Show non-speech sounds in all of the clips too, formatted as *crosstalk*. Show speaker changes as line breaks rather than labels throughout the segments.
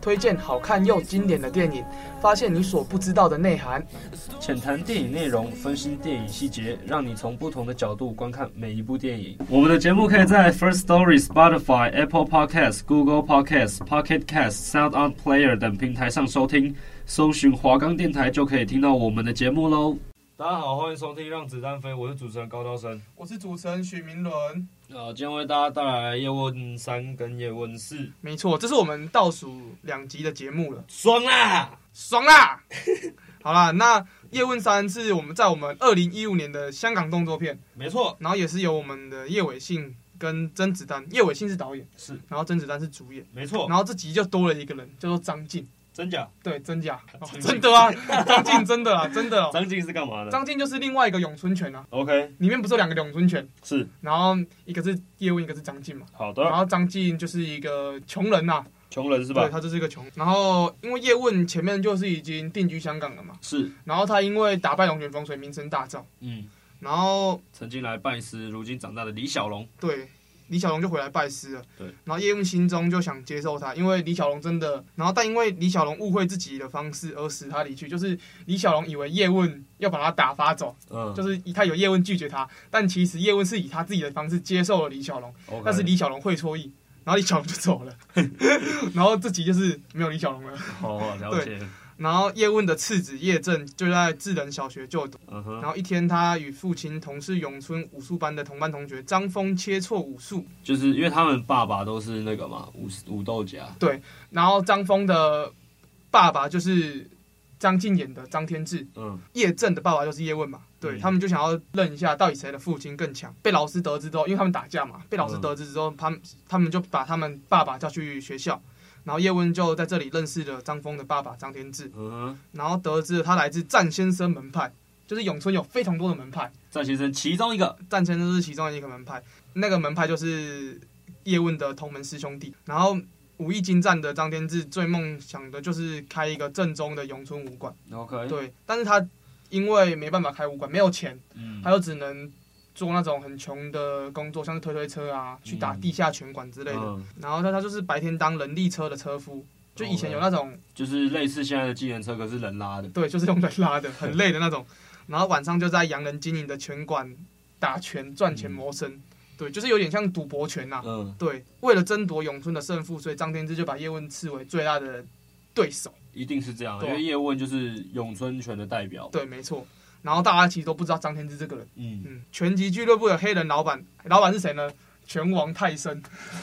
推荐好看又经典的电影，发现你所不知道的内涵。
浅谈电影内容，分析电影细节，让你从不同的角度观看每一部电影。我们的节目可以在 First Story、Spotify、Apple Podcasts、Google Podcasts、Pocket Casts、Sound On Player 等平台上收听，搜寻华冈电台就可以听到我们的节目喽。大家好，欢迎收听《让子弹飞》，我是主持人高道生。
我是主持人许明伦，
呃，今天为大家带来叶问三跟叶问四，
没错，这是我们倒数两集的节目了，
爽啦！
爽啦！ *laughs* 好啦，那《叶问三》是我们在我们二零一五年的香港动作片，
没错，
然后也是由我们的叶伟信跟甄子丹，叶伟信是导演，
是
然后甄子丹是主演，
没错，
然后这集就多了一个人，叫做张晋，
真假？
对，真假？哦
张晋
真的啊，张晋真的啊，真的哦，
张晋是干嘛的
张晋就是另外一个咏春拳啊，
？OK，
里面不是有两个咏春拳？
是
然后一个是叶问，一个是张晋嘛。
好的
然，后张晋就是一个穷人呐、
穷人啊是
对，
吧？
他就是一个穷。然后因为叶问前面就是已经定居香港了嘛，
是，
然后他因为打败龙卷风，所以名声大噪。
嗯，
然后
曾经来拜师，如今长大的李小龙，
对李小龙就回来拜师了。
对。
然后叶问心中就想接受他，因为李小龙真的，然后但因为李小龙误会自己的方式而使他离去，就是李小龙以为叶问要把他打发走，
嗯
就是以他有叶问拒绝他，但其实叶问是以他自己的方式接受了李小龙。
OK
但是李小龙会错意，然后李小龙就走了， *laughs* 然后这集就是没有李小龙了。
哦，了解，
然后叶问的次子叶正就在智仁小学就读，
嗯哼，
然后一天他与父亲同是咏春武术班的同班同学张峰切磋武术，
就是因为他们爸爸都是那个嘛武武斗家，
然后张峰的爸爸就是张晋演的张天志，
嗯，
叶正的爸爸就是叶问嘛。对
嗯
他们就想要认一下到底谁的父亲更强。被老师得知之后，因为他们打架嘛，被老师得知之后，他们他们就把他们爸爸叫去学校，然后叶问就在这里认识了张峰的爸爸张天志，
嗯哼，
然后得知了他来自战先生门派，就是咏春有非常多的门派，
战先生其中一个，
战先生是其中一个门派，那个门派就是叶问的同门师兄弟。然后武艺精湛的张天志最梦想的就是开一个正宗的咏春武馆。
，OK，，
对，但是他因为没办法开武馆，没有钱，
嗯
他，就只能做那种很穷的工作，像是推推车啊，去打
嗯
地下拳馆之类的。
嗯，
然后他他就是白天当人力车的车
哦
夫，就以前
OK
有那种
就是类似现在的技能车，可是人拉的，
对，就是用来拉的，很累的那种。 *laughs* 然后晚上就在洋人经营的拳馆打拳赚钱
嗯
谋生，对，就是有点像赌博拳呐、
嗯，
对，为了争夺咏春的胜负，所以张天志就把叶问视为最大的对手。
一定是这样，
对啊
因为叶问就是咏春拳的代表，
对，没错。然后大家其实都不知道张天志这个人。
嗯，
嗯，拳击俱乐部的黑人老板，老板是谁呢？拳王泰森， *laughs*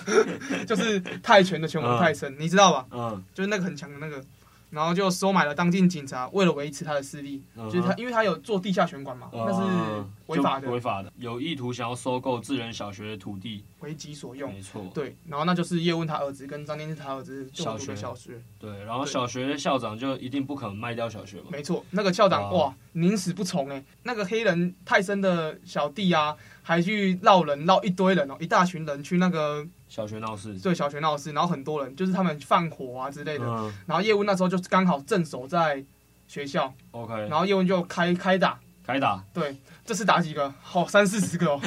就是泰拳的拳王泰森，你知道吧？
嗯，
就是那个很强的那个，然后就收买了当地警察，为了维持他的势力，
嗯
就是他，
哼
因为他有做地下拳馆嘛，那是
嗯
呃违法
就
的
违，法的，有意图想要收购智仁小学的土地，
为己所用。
没错，
对，然后那就是叶问他儿子跟张天志他儿子就读的
小
小学，
对，然后
对
小学校长就一定不可能卖掉小学嘛，
没错，那个校长
哇
哇宁死不从哎、那个黑人泰森的小弟啊，还去绕人绕一堆人哦，一大群人去那个
小学闹事
对小学闹事，然后很多人就是他们放火啊之类的。
嗯
然后叶问那时候就刚好镇守在学校，
，OK，
然后叶问就开开打，
开打，
对，这次打几个？好、三四十个哦，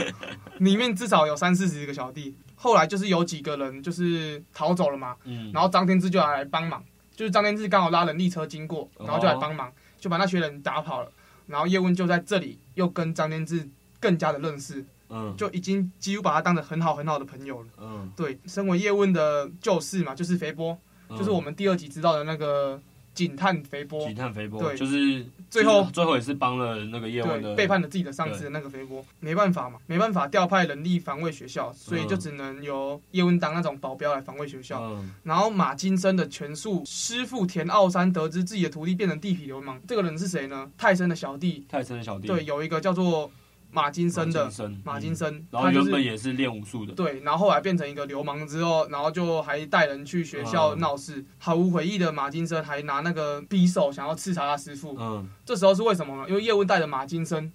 里面至少有三四十个小弟。后来就是有几个人就是逃走了嘛，
嗯，
然后张天志就来帮忙，就是张天志刚好拉人力车经过，
哦
然后就来帮忙，就把那些人打跑了。然后叶问就在这里又跟张天志更加的认识，
嗯，
就已经几乎把他当成很好很好的朋友了。
嗯，
对，身为叶问的旧事嘛，就是肥波，
嗯
就是我们第二集知道的那个警探肥波
举，炭肥波，
对
就是
最后
就是最后也是帮了那个叶问的
对背叛了自己的上司的那个肥波，没办法嘛，没办法调派人力防卫学校，所以就只能由叶问当那种保镖来防卫学校。
嗯，
然后马金生的拳术师傅田奥山得知自己的徒弟变成地痞流氓，这个人是谁呢？泰森的小弟，
泰森的小弟，
对，有一个叫做马金生的
生
马金
生，嗯
生，
然后
他就
原
是
本也是练武术的，
对，然后后来变成一个流氓之后，然后就还带人去学校
嗯
闹事，毫无悔意的马金生还拿那个匕首想要刺杀他师傅。
嗯，
这时候是为什么呢？因为叶问带着马金生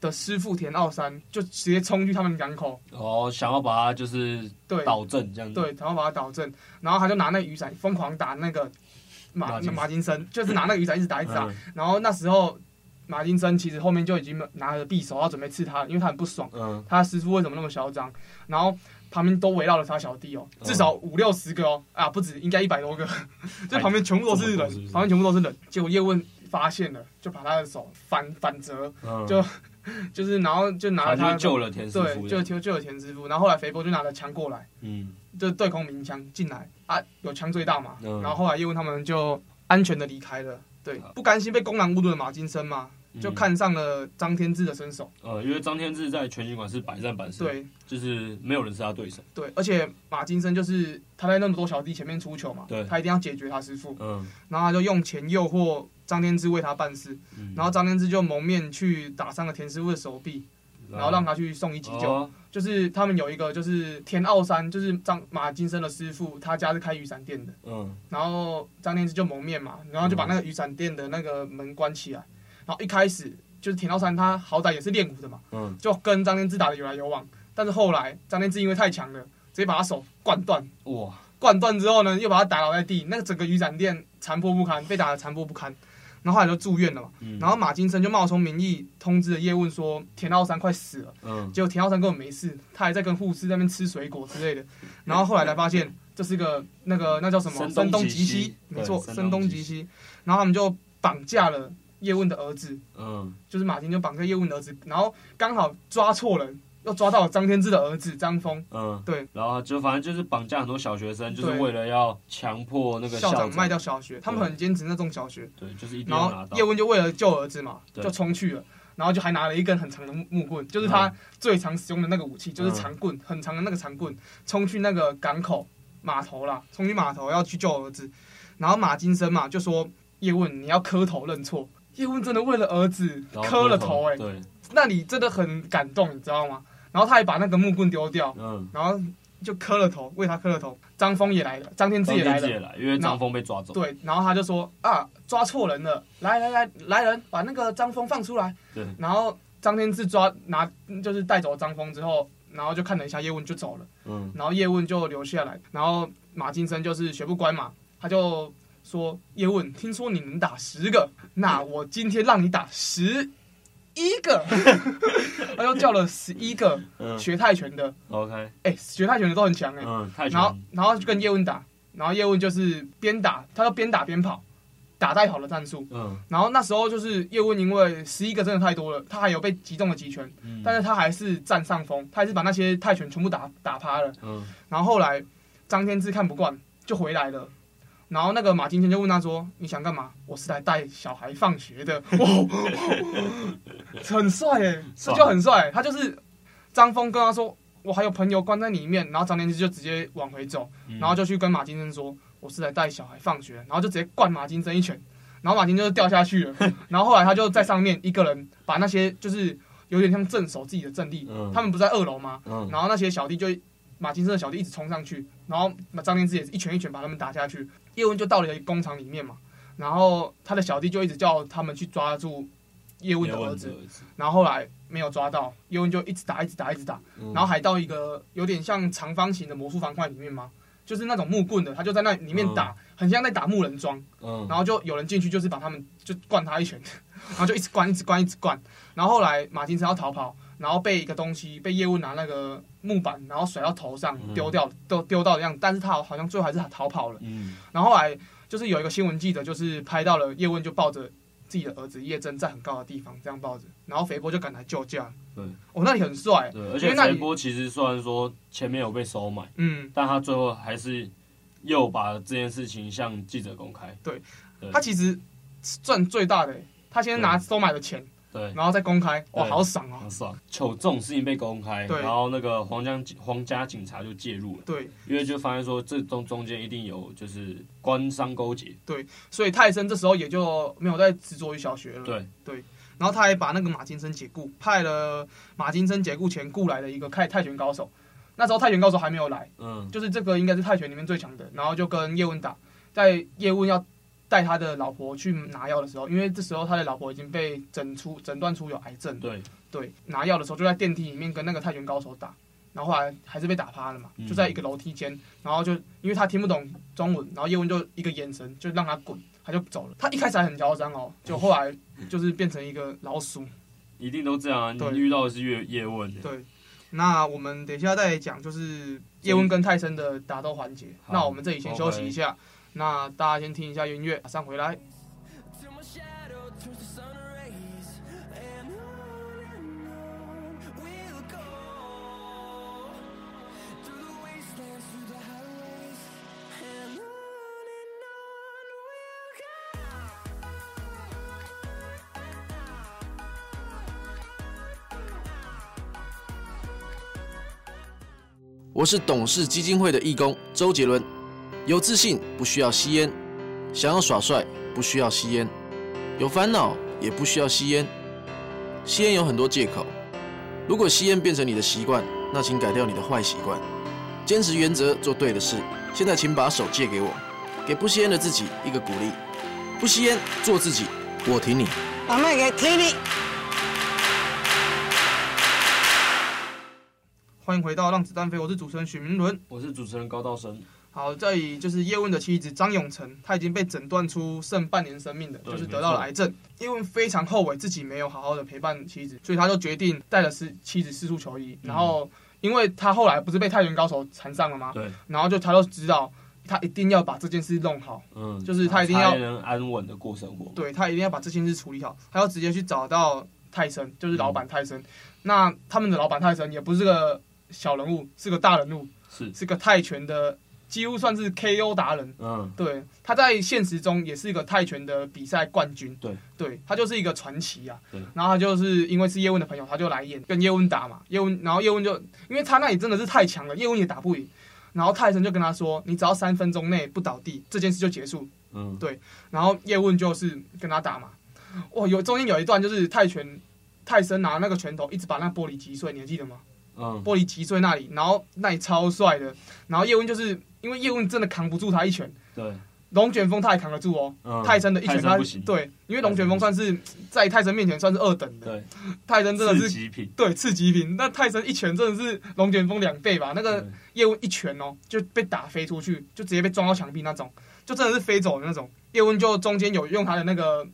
的师傅田奥山就直接冲去他们港口，
哦，想要把他就是
对
导正这样子，
对，然后把他打正，然后他就拿那个雨伞疯狂打那个马
马金
马金生，就是拿那个雨伞一直打一直打。
嗯，
然后那时候马金生其实后面就已经拿着匕首要准备刺他了，因为他很不爽。
嗯，
他师傅为什么那么嚣张？然后旁边都围绕着他小弟哦，
嗯
至少五六十个哦，啊，不止，应该一百多个， *laughs* 就旁边全部都是
哎这么多
人，
是不是
旁边全部都是人。结果叶问发现了，就把他的手反反折，
嗯
就就是然后就拿了
反正
他
就救了田师
对，
傅这
就
样，
就就有田师傅，然后后来肥波就拿了枪过来，
嗯，
就对空鸣枪进来啊，有枪最大嘛，
嗯
然后后来叶问他们就安全的离开了。对
好，
不甘心被公然侮辱的马金生嘛，
嗯
就看上了张天志的身手。
呃，因为张天志在全警馆是百战百胜，，
对，
就是没有人是他对手，
对，而且马金生就是他在那么多小弟前面出球嘛，
对
他一定要解决他师傅，
嗯，
然后他就用钱诱惑张天志为他办事，
嗯
然后张天志就蒙面去打伤了田师傅的手臂，然后让他去送医急救。
哦
就是他们有一个就是田奥山，就是张马金生的师傅，他家是开雨伞店的，
嗯，
然后张天志就蒙面嘛，然后就把那个雨伞店的那个门关起来，然后一开始就是田奥山他好歹也是练武的嘛，
嗯，
就跟张天志打的有来有往，但是后来张天志因为太强了，直接把他手灌断。
哇，
灌断之后呢，又把他打倒在地，那个整个雨伞店残破不堪，被打得残破不堪。然后后来就住院了嘛。
嗯
然后马金生就冒充名义通知了叶问说田浩山快死了，
嗯，
结果田浩山根本没事，他还在跟护士在那边吃水果之类的。然后后来才发现这是个那个那叫什么
声东击
击
西
西，没错，
对
声东击西。然后他们就绑架了叶问的儿子，
嗯，
就是马金就绑架叶问的儿子，然后刚好抓错人，又抓到了张天志的儿子张峰。
嗯，
对，
然后就反正就是绑架很多小学生，就是
对
为了要强迫那个
校
长
长卖掉小学，他们很坚持那种小学。
对，就是一定
然
要
后
拿到
叶。问就为了救儿子嘛，
对嗯
就冲去了，然后就还拿了一根很长的木木棍，就是他最常使用的那个武器，就是长棍，很长的那个长棍，冲去那个港口码头啦，冲去码头要去救儿子。然后马金生嘛就说：“叶问，你要磕头认错。”叶问真的为了儿子
然后
磕了头、欸，哎，
对，
那你真的很感动，你知道吗？然后他还把那个木棍丢掉，
嗯，
然后就磕了头，为他磕了头。张峰也来了，张天志
张
也来
天
了
志，也来，因为张峰被抓走，
对，然后他就说啊，抓错人了，来来来来人，把那个张峰放出来。
对，
然后张天志抓拿就是带走张峰之后，然后就看了一下叶问就走了，
嗯，
然后叶问就留下来，然后马金生就是学不乖嘛，他就说叶问，听说你能打十个，那我今天让你打十一个，他就叫了十一个
嗯
学泰拳的，
，OK，
哎、学泰拳的都很强哎、
嗯，太
然后
强，
然后就跟叶问打，然后叶问就是边打，他就边打边跑，打带跑的战术。
嗯，
然后那时候就是叶问，因为十一个真的太多了，他还有被击中了几拳，
嗯
但是他还是占上风，他还是把那些泰拳全部打打趴了。
嗯，
然后后来张天志看不惯，就回来了。然后那个马金天就问他说：“你想干嘛？我是来带小孩放学的。” *laughs* 哇，很帅哎，这就很帅欸。他就是张峰跟他说：“我还有朋友关在里面。”然后张天志就直接往回走，然后就去跟马金生说：“我是来带小孩放学。”然后就直接灌马金生一拳，然后马金就掉下去了。然后后来他就在上面一个人把那些就是有点像镇守自己的阵地，
嗯
他们不是在二楼吗？
嗯，
然后那些小弟就马金生的小弟一直冲上去，然后张天志也是一拳一拳把他们打下去。叶问就到了一个工厂里面嘛，然后他的小弟就一直叫他们去抓住叶问的儿子，然后后来没有抓到，叶问就一直打，一直打，一直打，
嗯
然后还到一个有点像长方形的魔术方块里面嘛，就是那种木棍的，他就在那里面打，很像在打木人桩，
嗯，
然后就有人进去，就是把他们就灌他一拳， *laughs* 然后就一直灌，一直灌，一直灌，然后后来马金生要逃跑，然后被一个东西被叶问拿那个木板，然后甩到头上
嗯
丢掉，都丢到的样子，但是他好像最后还是逃跑了，
嗯，
然后后来就是有一个新闻记者就是拍到了叶问就抱着。自己的儿子叶真在很高的地方这样抱着，然后肥波就赶来救驾。
对
哦，那里很帅，
对，而
因
且
为那
肥
里
波其实虽然说前面有被收买，
嗯，
但他最后还是又把这件事情向记者公开，对
他其实赚最大的欸、他先拿收买的钱，
对，
然后再公开，哇，
对
好爽啊
很！爽。就这种事情被公开，
对
然后那个皇家皇家警察就介入了，
对，
因为就发现说这中中间一定有就是官商勾结，
所以泰森这时候也就没有再执着于小学了。
对，
然后他还把那个马金生解雇，派了马金生解雇前雇来的一个泰泰拳高手，那时候泰拳高手还没有来，
嗯
就是这个应该是泰拳里面最强的，然后就跟叶问打，在叶问要带他的老婆去拿药的时候，因为这时候他的老婆已经被诊出诊断出有癌症了，
对，
对，拿药的时候就在电梯里面跟那个泰拳高手打，然后后来还是被打趴了嘛，
嗯
就在一个楼梯间，然后就因为他听不懂中文，然后叶问就一个眼神就让他滚，他就走了。他一开始还很嚣张哦，就后来就是变成一个老鼠。
一定都这样啊。
对
你遇到的是叶叶问，
对，那我们等一下再讲，就是叶问跟泰森的打斗环节。
好
那我们这里先休息一下，那大家先听一下音乐，马上回来。
till my shadow turns to sun rays and on and on we'll go through the wastelands through the highways and on and on we'll go
我是董事基金会的义工周杰伦。有自信不需要吸烟，想要耍帅不需要吸烟，有烦恼也不需要吸烟。吸烟有很多借口，如果吸烟变成你的习惯，那请改掉你的坏习惯，坚持原则做对的事。现在请把手借给我，给不吸烟的自己一个鼓励。不吸烟，做自己，我挺你。
我卖给 TV。
欢迎回到《让子弹飞》，我是主持人许明伦。
我是主持人高道生，
好，这里就是叶问的妻子张永成，她已经被诊断出剩半年生命的，
对
就是得到了癌症。叶问非常后悔自己没有好好的陪伴妻子，所以他就决定带着是妻子四处求
嗯
医。然后，因为他后来不是被泰拳高手缠上了吗？
对，
然后就他就知道，他一定要把这件事弄好，
嗯，
就是他一定要
才能安稳的过生活。
对他一定要把这件事处理好，他要直接去找到泰森，就是老板泰森。
嗯
那他们的老板泰森也不是个小人物，是个大人物，
是，
是个泰拳的几乎算是 KO 达人。
嗯，
对，他在现实中也是一个泰拳的比赛冠军。
对，
对他就是一个传奇啊
对。
然后他就是因为是叶问的朋友，他就来演跟叶问打嘛。叶问，然后叶问就因为他那里真的是太强了，叶问也打不赢。然后泰森就跟他说：“你只要三分钟内不倒地，这件事就结束。
嗯，
对然后叶问就是跟他打嘛，哇，有中间有一段就是泰拳，泰森拿那个拳头一直把那玻璃击碎，你还记得吗？
嗯，
玻璃击碎那里，然后那里超帅的。然后叶问就是因为叶问真的扛不住他一拳，
对，
龙卷风他也扛得住哦，
嗯，
泰森的一拳他
不行，
对，因为龙卷风算是在泰森面前算是二等的，
对，
泰森真的
次
是
极品，
对次级平，那泰森一拳真的是龙卷风两倍吧？那个
对
叶问一拳哦就被打飞出去，就直接被撞到墙壁那种，就真的是飞走的那种。叶问就中间有用他的那个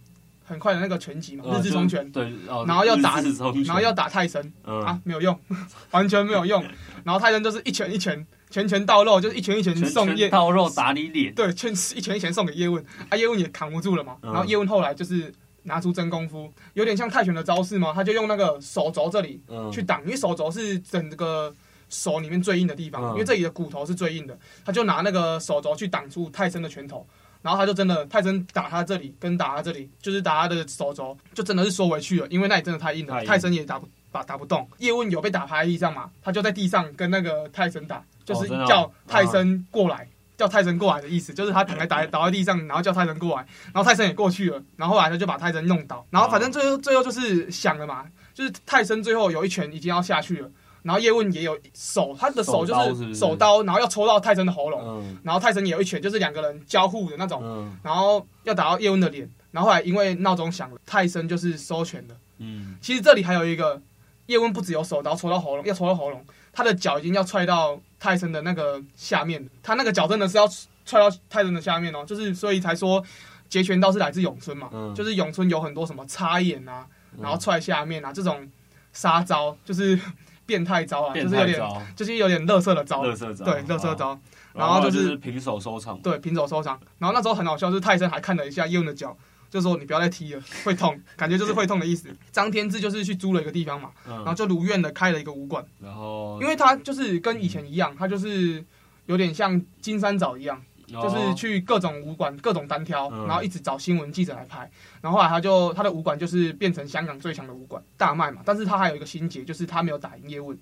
很快的那个拳击嘛，
呃
日之冲拳
就，对，然
然后要打
日之冲拳，
然后要打泰森啊
嗯，，
没有用， *laughs* 完全没有用。然后泰森就是一拳一拳，拳拳到肉，就是一拳一拳
拳
送叶
拳到肉打你脸，
对，拳一拳一拳送给叶问，啊，叶问也扛不住了嘛。
嗯
然后叶问后来就是拿出真功夫，有点像泰拳的招式嘛，他就用那个手肘这里
嗯，
去挡，因为手肘是整个手里面最硬的地方，
嗯
因为这里的骨头是最硬的，他就拿那个手肘去挡住泰森的拳头。然后他就真的泰森打他这里，跟打他这里，就是打他的手肘，就真的是缩回去了，因为那里真的太硬
太
了，
硬
泰森也打不打打不动。叶问有被打趴在地上嘛，他就在地上跟那个泰森打，就是
真的哦嗯
叫泰森过来，叫泰森过来的意思，就是他躺在打倒在地上，然后叫泰森过来，然后泰森也过去了，然后后来他就把泰森弄倒，然后反正最后最后就是想了嘛，就是泰森最后有一拳已经要下去了，然后叶问也有手，他的手就
手刀是不是
手刀，然后要抽到泰森的喉咙，
嗯
然后泰森也有一拳，就是两个人交互的那种，
嗯
然后要打到叶问的脸，然后后来因为闹钟响了，泰森就是收拳了。
嗯，
其实这里还有一个叶问不只有手刀戳到喉咙，要戳到喉咙，他的脚已经要踹到泰森的那个下面，他那个脚真的是要踹到泰森的下面哦，就是所以才说截拳道是来自咏春嘛，
嗯
就是咏春有很多什么插眼啊，
嗯
然后踹下面啊这种杀招，就是变态招啊，
变
就是有
态
点
招，
就是有点乐色的招，
乐色招，
对，乐色招。
啊，然
然后
后
就是
是平手收场，
对，平手收场。然后那时候很好笑，就是泰森还看了一下叶问的脚，就说你不要再踢了，会痛，感觉就是会痛的意思。张天志就是去租了一个地方嘛，
嗯，哦
然后就如愿的开了一个武馆，
然后
因为他就是跟以前一样，他就是有点像金三角一样，就是去各种武馆、各种单挑，
哦嗯
然后一直找新闻记者来拍。然后后来他就他的武馆就是变成香港最强的武馆，大卖嘛。但是他还有一个心结，就是他没有打赢叶问，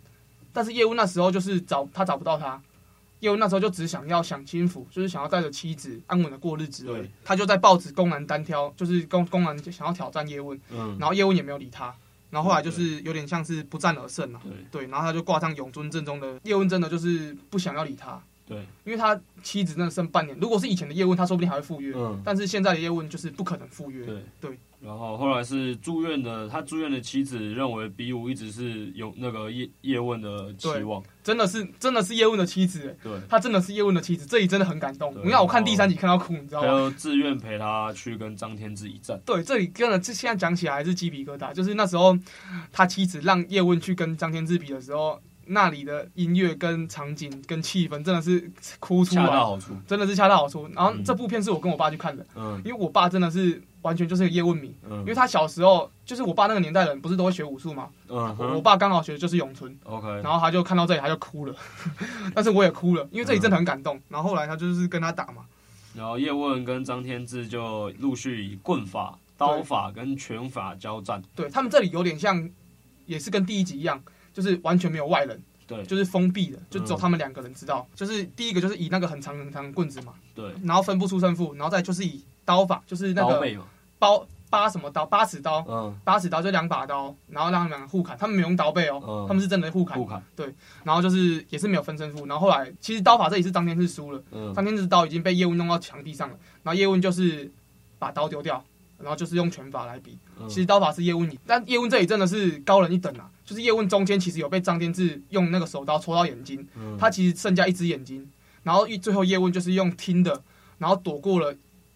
但是叶问那时候就是找他找不到他。叶问那时候就只想要享清福，就是想要带着妻子安稳的过日子而已
对。
他就在报纸公然单挑，就是公公然想要挑战叶问，
嗯，
然后叶问也没有理他。然后后来就是有点像是不战而胜啊，
对
对，然后他就挂上永尊正宗的叶问，真的就是不想要理他，
对，
因为他妻子真的剩半年。如果是以前的叶问，他说不定还会赴约，
嗯
但是现在的叶问就是不可能赴约。
对
对。
然后后来是住院的，他住院的妻子认为比武一直是有那个叶叶问的期望，
真的是真的是叶问的妻子，哎
对，
她真的是叶问的妻子，这里真的很感动。
对哦啊
你看我看第三集看到哭，你知道
他
吗？
就自愿陪他去跟张天志一战。
对，这里真的这现在讲起来还是鸡皮疙瘩。就是那时候他妻子让叶问去跟张天志比的时候，那里的音乐跟场景跟气氛真的是哭出
恰到
来，
好处，
真的是恰到好处。然后
嗯
这部片是我跟我爸去看的，
嗯
因为我爸真的是完全就是个叶问迷，
嗯，
因为他小时候就是我爸那个年代的人，不是都会学武术嘛？
嗯
我
哼嗯
爸刚好学的就是咏春。
，OK，
然后他就看到这里，他就哭了， *laughs* 但是我也哭了，因为这里
嗯
真的很感动。然后后来他就是跟他打嘛，
然后叶问跟张天志就陆续以棍法、刀法跟拳法交战，
对他们这里有点像，也是跟第一集一样，就是完全没有外人，
对
就是封闭的，就
嗯
只有他们两个人知道。就是第一个就是以那个很长很长的棍子嘛，
对，
然后分不出胜负，然后再就是以刀法，就是那
刀
个
背嘛，
包八什么刀，八尺刀。
嗯，
八尺刀就两把刀，然后让他们两个互砍，他们没有用刀背哦，
嗯
他们是真的互砍
互，砍，
然后就是也是没有分胜负，然后后来其实刀法这里是张天志输了，
嗯，
张天志刀已经被叶问弄到墙壁上了，然后叶问就是把刀丢掉，然后就是用拳法来比。
嗯
其实刀法是叶问赢，但叶问这里真的是高人一等啊！就是叶问中间其实有被张天志用那个手刀戳到眼睛，
嗯
他其实剩下一只眼睛，然后一最后叶问就是用听的，然后躲过了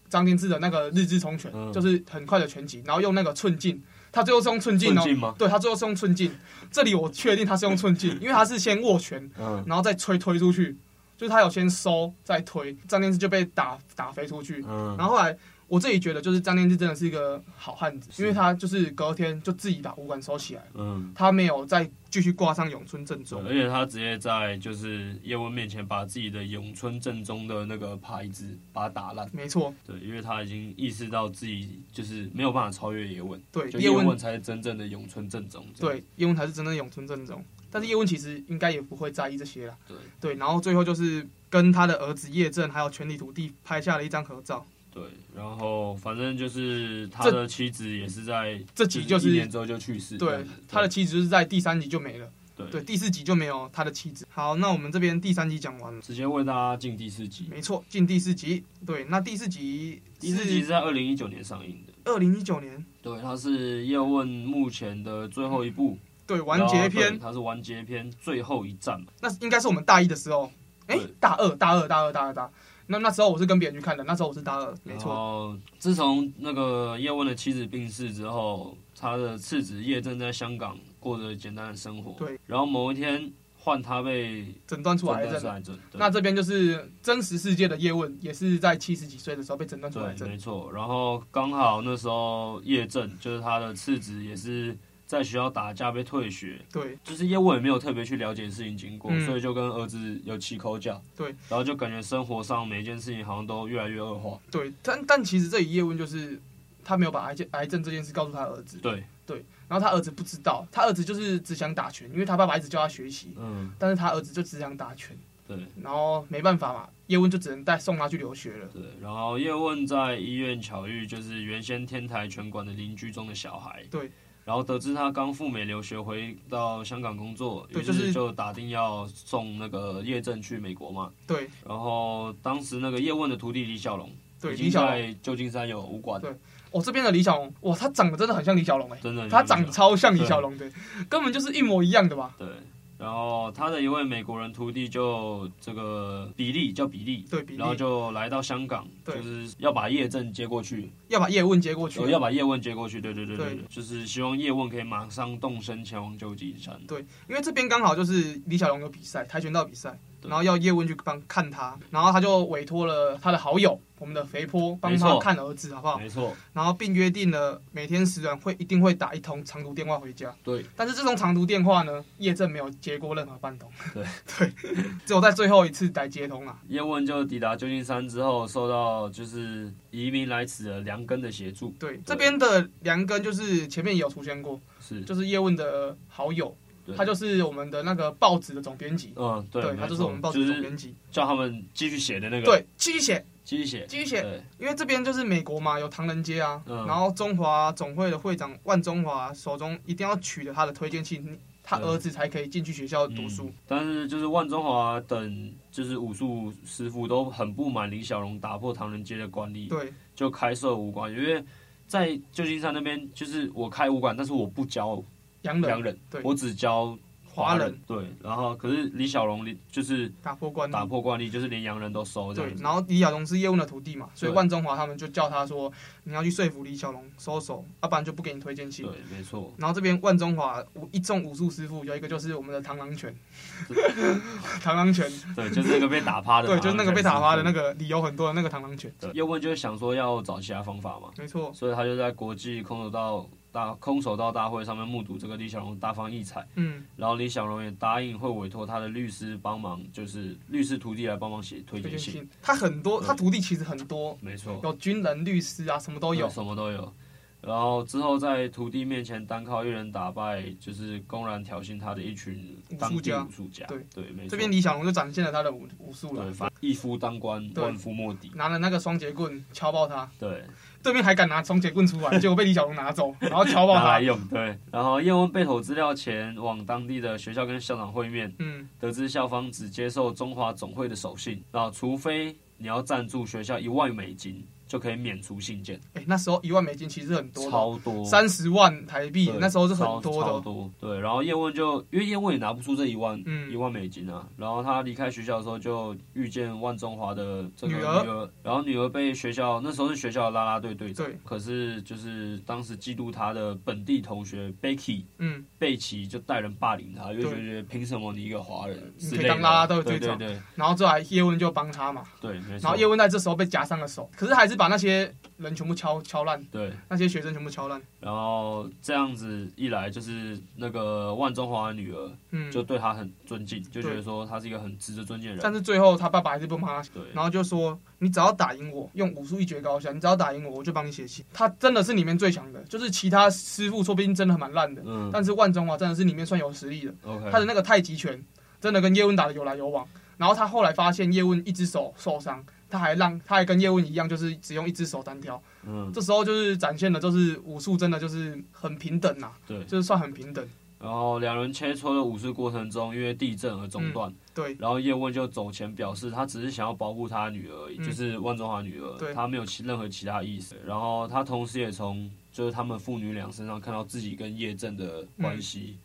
张天志的那个日之冲拳，
嗯
就是很快的拳击，然后用那个寸劲，他最后是用寸劲哦
寸。劲吗？
对他最后是用寸劲，这里我确定他是用寸劲，因为他是先握拳，
嗯，
然后再推推出去，就是他有先收再推，张天志就被打打飞出去。
嗯，
然后后来我自己觉得，就是张天志真的是一个好汉子，
是
因为他就是隔天就自己把武馆收起来了，
嗯，
他没有再继续挂上咏春正
对
宗。
而且他直接在就是叶问面前把自己的咏春正宗的那个牌子把它打烂，
没错，
对，因为他已经意识到自己就是没有办法超越叶问，
对
就叶
叶问
问才是真正的咏春正宗，这样，
对叶问才是真正的咏春正宗，但是叶问其实应该也不会在意这些啦。
对。
对，然后最后就是跟他的儿子叶正还有全体徒弟拍下了一张合照。
对，然后反正就是他的妻子也是在
这集就是
一年之后就去世。这
对
样子，
他的妻子就是在第三集就没了，
对
对，第四集就没有他的妻子。好，那我们这边第三集讲完了。
直接为大家进第四集。
没错，进第四集。对，那第四集
第四集是在二零一九年上映的。
二零一九年，
对，它是叶问目前的最后一部
对，嗯完结
然后哦对
篇。
它是完结篇最后一战嘛。
那应该是我们大一的时候，哎、
对
大二，大二，大二，大二，大二。那那时候我是跟别人去看的，那时候我是大二，没错，
错。自从那个叶问的妻子病逝之后，他的次子叶正在香港过着简单的生活。
对。
然后某一天换他被
诊断出
诊
癌
断
症
是
了。
癌症。对
那这边就是真实世界的叶问，也是在七十几岁的时候被诊断出癌
对，
症
没。错。然后刚好那时候叶正就是他的次子，也是在学校打架被退学，
对
就是叶问也没有特别去了解事情经过，
嗯
所以就跟儿子有起口角。
对，
然后就感觉生活上每一件事情好像都越来越恶化。
对，但但其实这里叶问就是他没有把癌症癌症这件事告诉他儿子，
对，
然后他儿子不知道，他儿子就是只想打拳，因为他爸爸一直教他学习，
嗯，
但是他儿子就只想打拳。
对
然后没办法嘛，叶问就只能带送他去留学了。
对。然后叶问在医院巧遇就是原先天台拳馆的邻居中的小孩。
对。
然后得知他刚赴美留学回到香港工作，
对
于
就是
是就打定要送那个叶正去美国嘛。
对
然后当时那个叶问的徒弟李小龙，
对，
已
李
经
小龙，
在旧金山有武馆，
对我、这边的李小龙，哇，他长得真的很像李小龙哎、
真的很
他
像
长得
李小
超像李小龙的，根本就是一模一样的吧？
龙对。然后他的一位美国人徒弟就这个比利叫比利，
对比例
然后就来到香港，
对
就是要把叶正接过去，
要把叶问接过去
呃，要把叶问接过去，对对对
对
对，就是希望叶问可以马上动身前往旧金山。
对，因为这边刚好就是李小龙有比赛，跆拳道比赛，
对
然后要叶问去帮看他，然后他就委托了他的好友，我们的肥坡帮
没
他
错
看儿子，好不好？
没错，
然后并约定了每天时段会一定会打一通长途电话回家。
对
但是这通长途电话呢，叶正没有接过任何半通。
对
*laughs* 对，只有在最后一次才接通啊。
叶问就抵达旧金山之后，受到就是移民来此的梁根的协助，
对，这边的梁根就是前面也有出现过，
是
就是叶问的好友，
嗯对
他就是我们的那个报纸的总编辑，
嗯，对，
对，他
没
就是
错
我们报
就
纸总
是
编辑，
叫他们继续写的那个，，
对，继续写，
继续写，
继续写，
对，
因为这边就是美国嘛，有唐人街啊，
嗯
然后中华总会的会长万中华手中一定要取得他的推荐信，他
嗯
儿子才可以进去学校读书
嗯。但是就是万中华等就是武术师傅都很不满李小龙打破唐人街的惯例，
对
就开设武馆，因为在旧金山那边就是我开武馆，但是我不教
洋人
洋人，
对
我只教
华
人
人
对，然后可是李小龙连就是
打破惯例
打，破惯例，就是连洋人都收这
对
样，子。
然后李小龙是叶问的徒弟嘛，所以
对
万中华他们就叫他说，你要去说服李小龙收手，啊要不然就不给你推荐信。
对。，没错
然后这边万中华武一众武术师傅有一个就是我们的螳
*laughs*
螂拳，螳螂拳，
对，就是那个被打趴的。
*laughs* 对，就是那个被打趴的那
个。
个理由很多的那个螳螂拳，
对叶问就是想说要找其他方法嘛，
没错，
所以他就在国际空手道大空手道大会上面目睹这个李小龙大放异彩，
嗯，
然后李小龙也答应会委托他的律师帮忙，就是律师徒弟来帮忙写推荐
推荐
信。
信，他很多，
对
他徒弟其实很多，
没错，
有军人、律师啊，什么都有
对，什么都有。然后之后在徒弟面前单靠一人打败，就是公然挑衅他的一群当地武术家。
对
对，没错。
这边李小龙就展现了他的武武术
对，
了，
反一夫当关，
对
万夫莫敌。
拿了那个双截棍敲爆他，
对，
对面还敢拿双截棍出来，结果被李小龙拿走，然后敲爆
*laughs* 拿
他
来，用。对，然后叶问被投资料前往当地的学校跟校长会面，
嗯，
得知校方只接受中华总会的手信，那除非你要赞助学校一万美金，就可以免除信件，
哎，那时候一万美金其实很多的，
超多。
三十万台币
对
那时候是很
超
多
超
的，哦
多。对，然后叶问就因为叶问也拿不出这一万
嗯
一万美金啊，然后他离开学校的时候就遇见万中华的这个
女
女
儿
儿，然后女儿被学校那时候是学校的啦啦队队长
对，
可是就是当时嫉妒他的本地同学 Becky。
嗯，
贝奇就带人霸凌他，就
对
觉得凭什么你一个华人
你
之
可以
类的
当啦啦队
对
队
对
长
对
然后这来叶问就帮他嘛，
对，没
然后
错
叶。问在这时候被夹伤了手，可是还是把那些人全部敲敲烂，
对，
那些学生全部敲烂。
然后这样子一来，就是那个万中华的女儿
嗯，
就对他很尊敬，就觉得说他是一个很值得尊敬的
但
人。
是最后他爸爸还是不帮他，
对，
然后就说你只要打赢我，用武术一决高下，你只要打赢我，我就帮你写信。他真的是里面最强的，就是其他师傅说不定真的蛮烂的，
嗯
但是万中华真的是里面算有实力的。
，OK，
他的那个太极拳真的跟叶问打的有来有往。然后他后来发现叶问一只手受伤，他还让他还跟叶问一样，就是只用一只手单挑。
嗯，
这时候就是展现的，就是武术真的就是很平等呐、啊
对。
就是算很平等。
然后两人切磋的武术过程中，因为地震而中断。
对，
然后叶问就走前表示，他只是想要保护他女儿而已，
嗯
就是万中华女
对
儿，他没有其任何其他意思。然后他同时也从就是他们父女俩身上看到自己跟叶正的关系，
嗯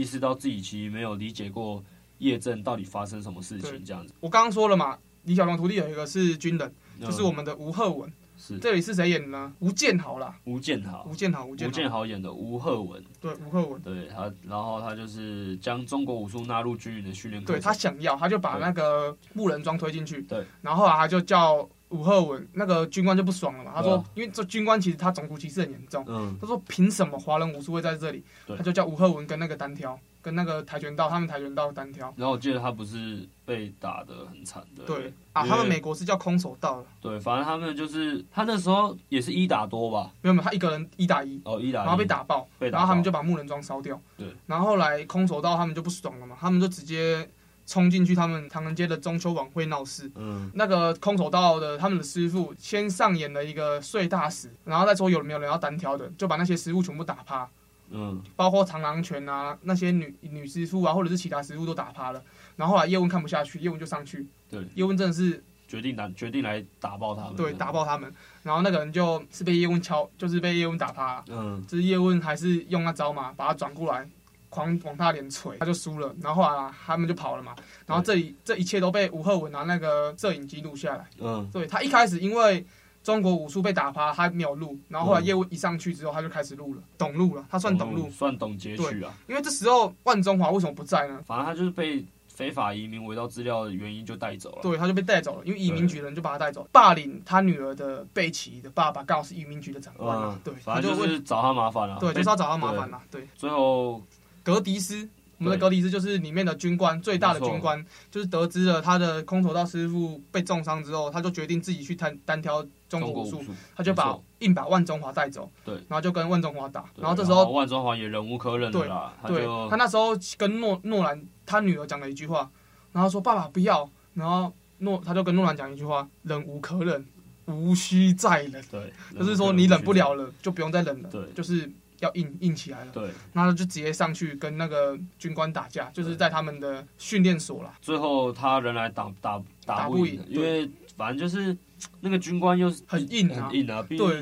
意识到自己其实没有理解过叶正到底发生什么事
对
情这样子。
我刚刚说了嘛，李小龙徒弟有一个是军人，
嗯
就是我们的吴鹤文。
是
这里是谁演的呢？吴建豪啦，
吴建豪，
吴建豪，吴
吴
建
建
豪，
豪演的吴鹤文，
对，吴鹤文，
对他，然后他就是将中国武术纳入军人的训练课
对
程。
他想要，他就把那个木人桩推进去，
对，
然后后来啊他就叫吴鹤文，那个军官就不爽了嘛，他
对
说，
啊
因为这军官其实他种族歧视很严重，
嗯，
他说凭什么华人武术会在这里？
对
他就叫吴鹤文跟那个单挑，跟那个跆拳道，他们跆拳道单挑，
然后我记得他不是被打得很惨的，
对啊，
因为
他们美国是叫空手道了，
对，反正他们就是他那时候也是一打多吧，
没有没有，他一个人一打一，
哦一打一，
然后被打爆，
被打爆
然后他们就把木人桩烧掉。
对，
然后后来空手道他们就不爽了嘛，他们就直接冲进去他们唐人街的中秋晚会闹事。
嗯，
那个空手道的他们的师傅先上演了一个碎大石，然后再说有没有人要单挑的，就把那些师傅全部打趴，
嗯
包括螳螂拳啊那些女女师傅啊，或者是其他师傅都打趴了。然后后来叶问看不下去，叶问就上去，
对，
叶问真的是
决定打决定来打爆他们，
对打，爆他们，然后那个人就是被叶问敲，就是被叶问打趴了。
嗯
就是叶问还是用那招嘛，把他转过来，狂往他脸锤，他就输了。然后后来、他们就跑了嘛。然后这里这一切都被吴鹤文拿那个摄影机录下来。
嗯，
对他一开始因为中国武术被打趴，他没有录。然后后来叶问一上去之后，他就开始录了，懂录了，他算嗯懂录。
嗯算懂截取啊，
因为这时候万中华为什么不在呢？
反正他就是被非法移民伪造资料的原因就带走了，
对，他就被带走了，因为移民局的人就把他带走，霸凌他女儿的贝奇的爸爸刚好是移民局的长官啊
嗯，，
对，他
反
就
正就
会
是找他麻烦了，
对，就是
被
要找他麻烦啦，对，
最后
格迪斯我们的
对
格里兹就是里面的军官，最大的
没错
军官，就是得知了他的空手道师傅被重伤之后，他就决定自己去单单挑
中
中国
国
武术，
术，
他就
没
把
错
硬把万中华带走，
对
然后就跟万中华打，
对
然后这时候
万中华也忍无可忍了啦，他
对
就
他那时候跟诺诺兰他女儿讲了一句话，然后说爸爸不要，然后诺他就跟诺兰讲一句话，忍无可忍，无需再忍，
对，
就是说你忍不了了，就不用再忍了，
对
就是要硬硬起来了。
对，
然后就直接上去跟那个军官打架，就是在他们的训练所啦。
最后他仍然打打
打不
不
赢
因为反正就是那个军官又是
很硬啊
很硬啊，毕竟
对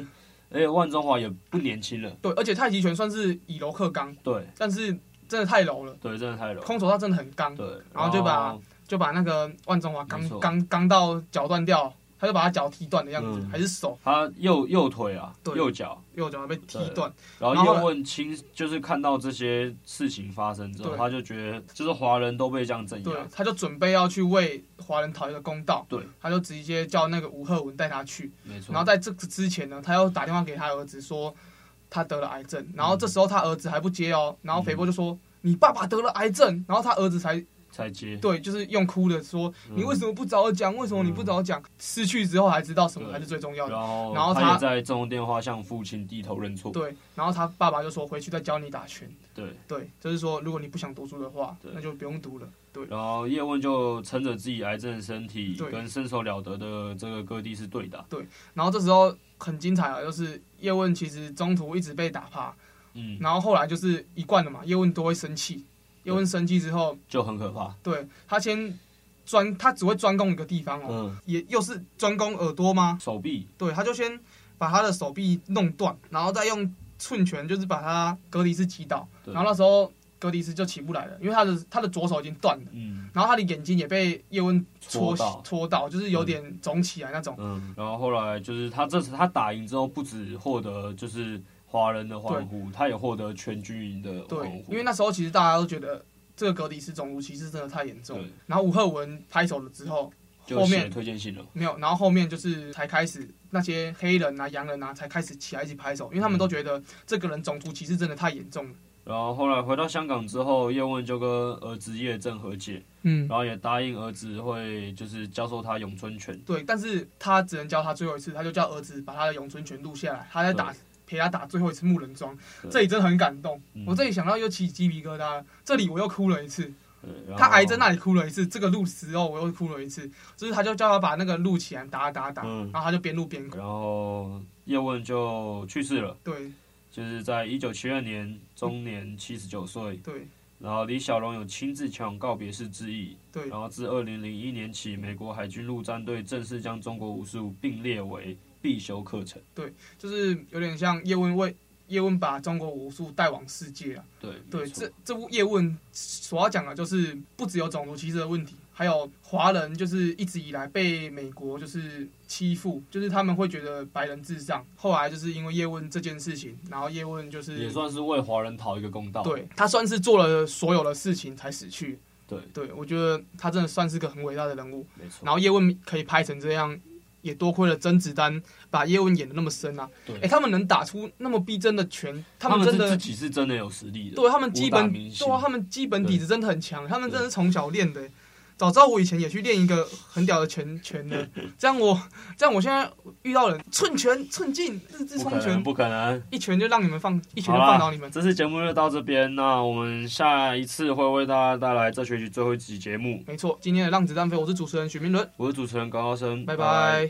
而且万中华也不年轻了，
对，而且太极拳算是以柔克刚，
对
但是真的太柔了，
对，真的太柔，
空手道真的很刚，
对，
然后就把就把那个万中华
没
刚
错
刚刚到脚断掉，他就把他脚踢断的样子，
嗯
还是手
他右右腿啊，
对
右脚，
右脚被踢断。
然
然
后
后
叶问亲就是看到这些事情发生之后，
对
他就觉得就是华人都被这样镇
对
压，，
他就准备要去为华人讨一个公道，
对，
他就直接叫那个吴鹤文带他去。
没错，
然后在这之前呢，他又打电话给他儿子说他得了癌症，
嗯
然后这时候他儿子还不接哦，然后肥波就说。你爸爸得了癌症，然后他儿子才
才接，
对，就是用哭的说：“
嗯
你为什么不早讲？为什么你不早讲？失去之后才知道什么才是最重要的。
然后
然后
他
他
也在中电话向父亲低头认”错，
对，然后他爸爸就说：“回去再教你打拳。
对”
对，就是说，如果你不想读书的话，
对
那就不用读了。对，
然后叶问就撑着自己癌症的身体，
对
跟身手了得的这个各地是对啊打。
然后这时候很精彩啊，就是叶问其实中途一直被打趴，
嗯，
然后后来就是一贯的嘛，叶问都会生气。叶问生气之后，
就很可怕。
对他先专，他只会专攻一个地方哦，
嗯，
也又是专攻耳朵吗？
手臂，
对，他就先把他的手臂弄断，然后再用寸拳就是把他格里斯击倒，
对
然后那时候格里斯就起不来了，因为他的他的左手已经断了，
嗯
然后他的眼睛也被叶问戳
戳到
戳到，就是有点肿起来那种。
嗯，然后后来就是他这次他打赢之后，不止获得就是华人的欢呼，他也获得全军营的欢
对，
呼。
因为那时候其实大家都觉得这个格里斯种族歧视真的太严重了
对。
然后吴鹤文拍手了之后，
就
后
写
面
推荐信了嘛。
没有，然后后面就是才开始那些黑人啊、洋人啊才开始起来一起拍手，因为他们都觉得这个人种族歧视真的太严重了。
然后后来回到香港之后，叶问就跟儿子叶正和解，
嗯
然，后也答应儿子会就是教授他咏春拳。
对，但是他只能教他最后一次，他就叫儿子把他的咏春拳录下来，他在打
对
陪他打最后一次木人桩，
对
这里真的很感动，
嗯
我这里想到又起鸡皮疙瘩了，这里我又哭了一次，
对然后
他癌症那里哭了一次，这个录时候我又哭了一次，就是他就叫他把那个录起来打打打，
嗯
然后他就边录边哭，
然后叶问就去世了。
对
就是在一九七二年，终年七十九岁。
对
然后李小龙有亲自前往告别式致意。
对
然后自二零零一年起，美国海军陆战队正式将中国武术并列为必修课程。
就是有点像叶问为叶问把中国武术带往世界啊。
对
对，
没错
这这部叶问所要讲的就是不只有种族歧视的问题，还有华人就是一直以来被美国就是欺负，就是他们会觉得白人至上。后来就是因为叶问这件事情，然后叶问就
也
是
算是为华人讨一个公道。
对他算是做了所有的事情才死去。
对，
对我觉得他真的算是个很伟大的人物。
没错。
然后叶问可以拍成这样，也多亏了甄子丹把叶问演的那么深啊。
对
哎、他们能打出那么逼真的拳，他
他们
们真
是
的
自己是真的有实力的。
对他们基
武打
本
明星
对啊，他们基本底子真的很强，他们真的是从小练的欸。早知道我以前也去练一个很屌的拳
*laughs*
拳的，这样我这样我现在遇到人寸拳寸进日之
不
冲
可
拳
能，，不可能。
一拳就让你们放一拳
好
就
啦，
放倒你们。
这次节目就到这边，那我们下一次会为大家带来这学期最后一集节目。
没错，今天的浪子弹飞，我是主持人许明伦，
我是主持人高高生，
拜拜